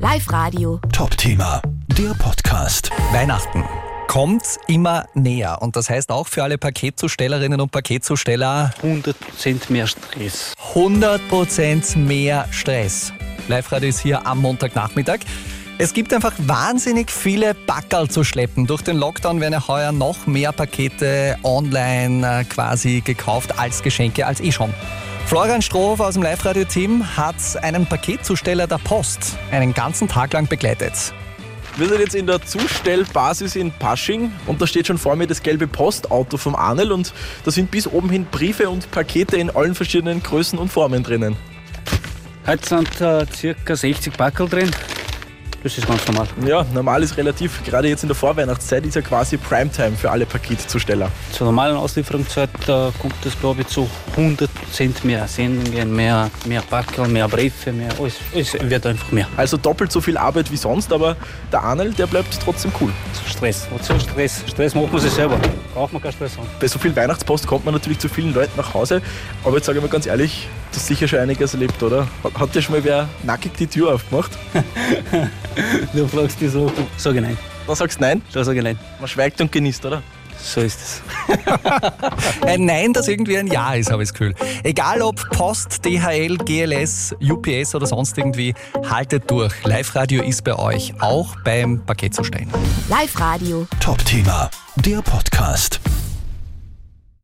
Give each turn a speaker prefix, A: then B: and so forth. A: Live Radio.
B: Top-Thema, der Podcast.
C: Weihnachten kommt immer näher und das heißt auch für alle Paketzustellerinnen und Paketzusteller
D: 100% mehr Stress.
C: 100% mehr Stress. Live-Radio ist hier am Montagnachmittag. Es gibt einfach wahnsinnig viele Backerl zu schleppen. Durch den Lockdown werden ja heuer noch mehr Pakete online äh, quasi gekauft als Geschenke als eh schon. Florian Strohoff aus dem Live-Radio-Team hat einen Paketzusteller der Post einen ganzen Tag lang begleitet.
E: Wir sind jetzt in der Zustellbasis in Pasching und da steht schon vor mir das gelbe Postauto vom Arnel und da sind bis oben hin Briefe und Pakete in allen verschiedenen Größen und Formen drinnen.
D: Heute sind äh, ca. 60 Packel drin. Das ist ganz normal.
E: Ja, normal ist relativ, gerade jetzt in der Vorweihnachtszeit ist ja quasi Primetime für alle Paketzusteller.
D: Zur normalen Auslieferungszeit äh, kommt das, glaube ich, zu 100% mehr Sendungen, mehr, mehr Packel, mehr Briefe, mehr. Alles, es wird einfach mehr.
E: Also doppelt so viel Arbeit wie sonst, aber der Arnel, der bleibt trotzdem cool.
D: Stress. Wozu Stress? Stress macht man sich selber. Braucht man keinen Stress haben.
E: Bei so viel Weihnachtspost kommt man natürlich zu vielen Leuten nach Hause, aber jetzt sage ich mal ganz ehrlich, du hast sicher schon einiges erlebt, oder? Hat- Hat dir schon mal wer nackig die Tür aufgemacht?
D: Du fragst dich so. Sag ich nein.
E: Da sagst du nein,
D: Da sage ich nein.
E: man schweigt und genießt, oder?
D: So ist es.
C: Ein Äh, Nein, das irgendwie ein Ja ist, habe ich das Gefühl. Egal ob Post, DHL, GLS, UPS oder sonst irgendwie, haltet durch. Live-Radio ist bei euch, auch beim Paketzustellen.
A: Live Radio.
B: Top-Thema, der Podcast.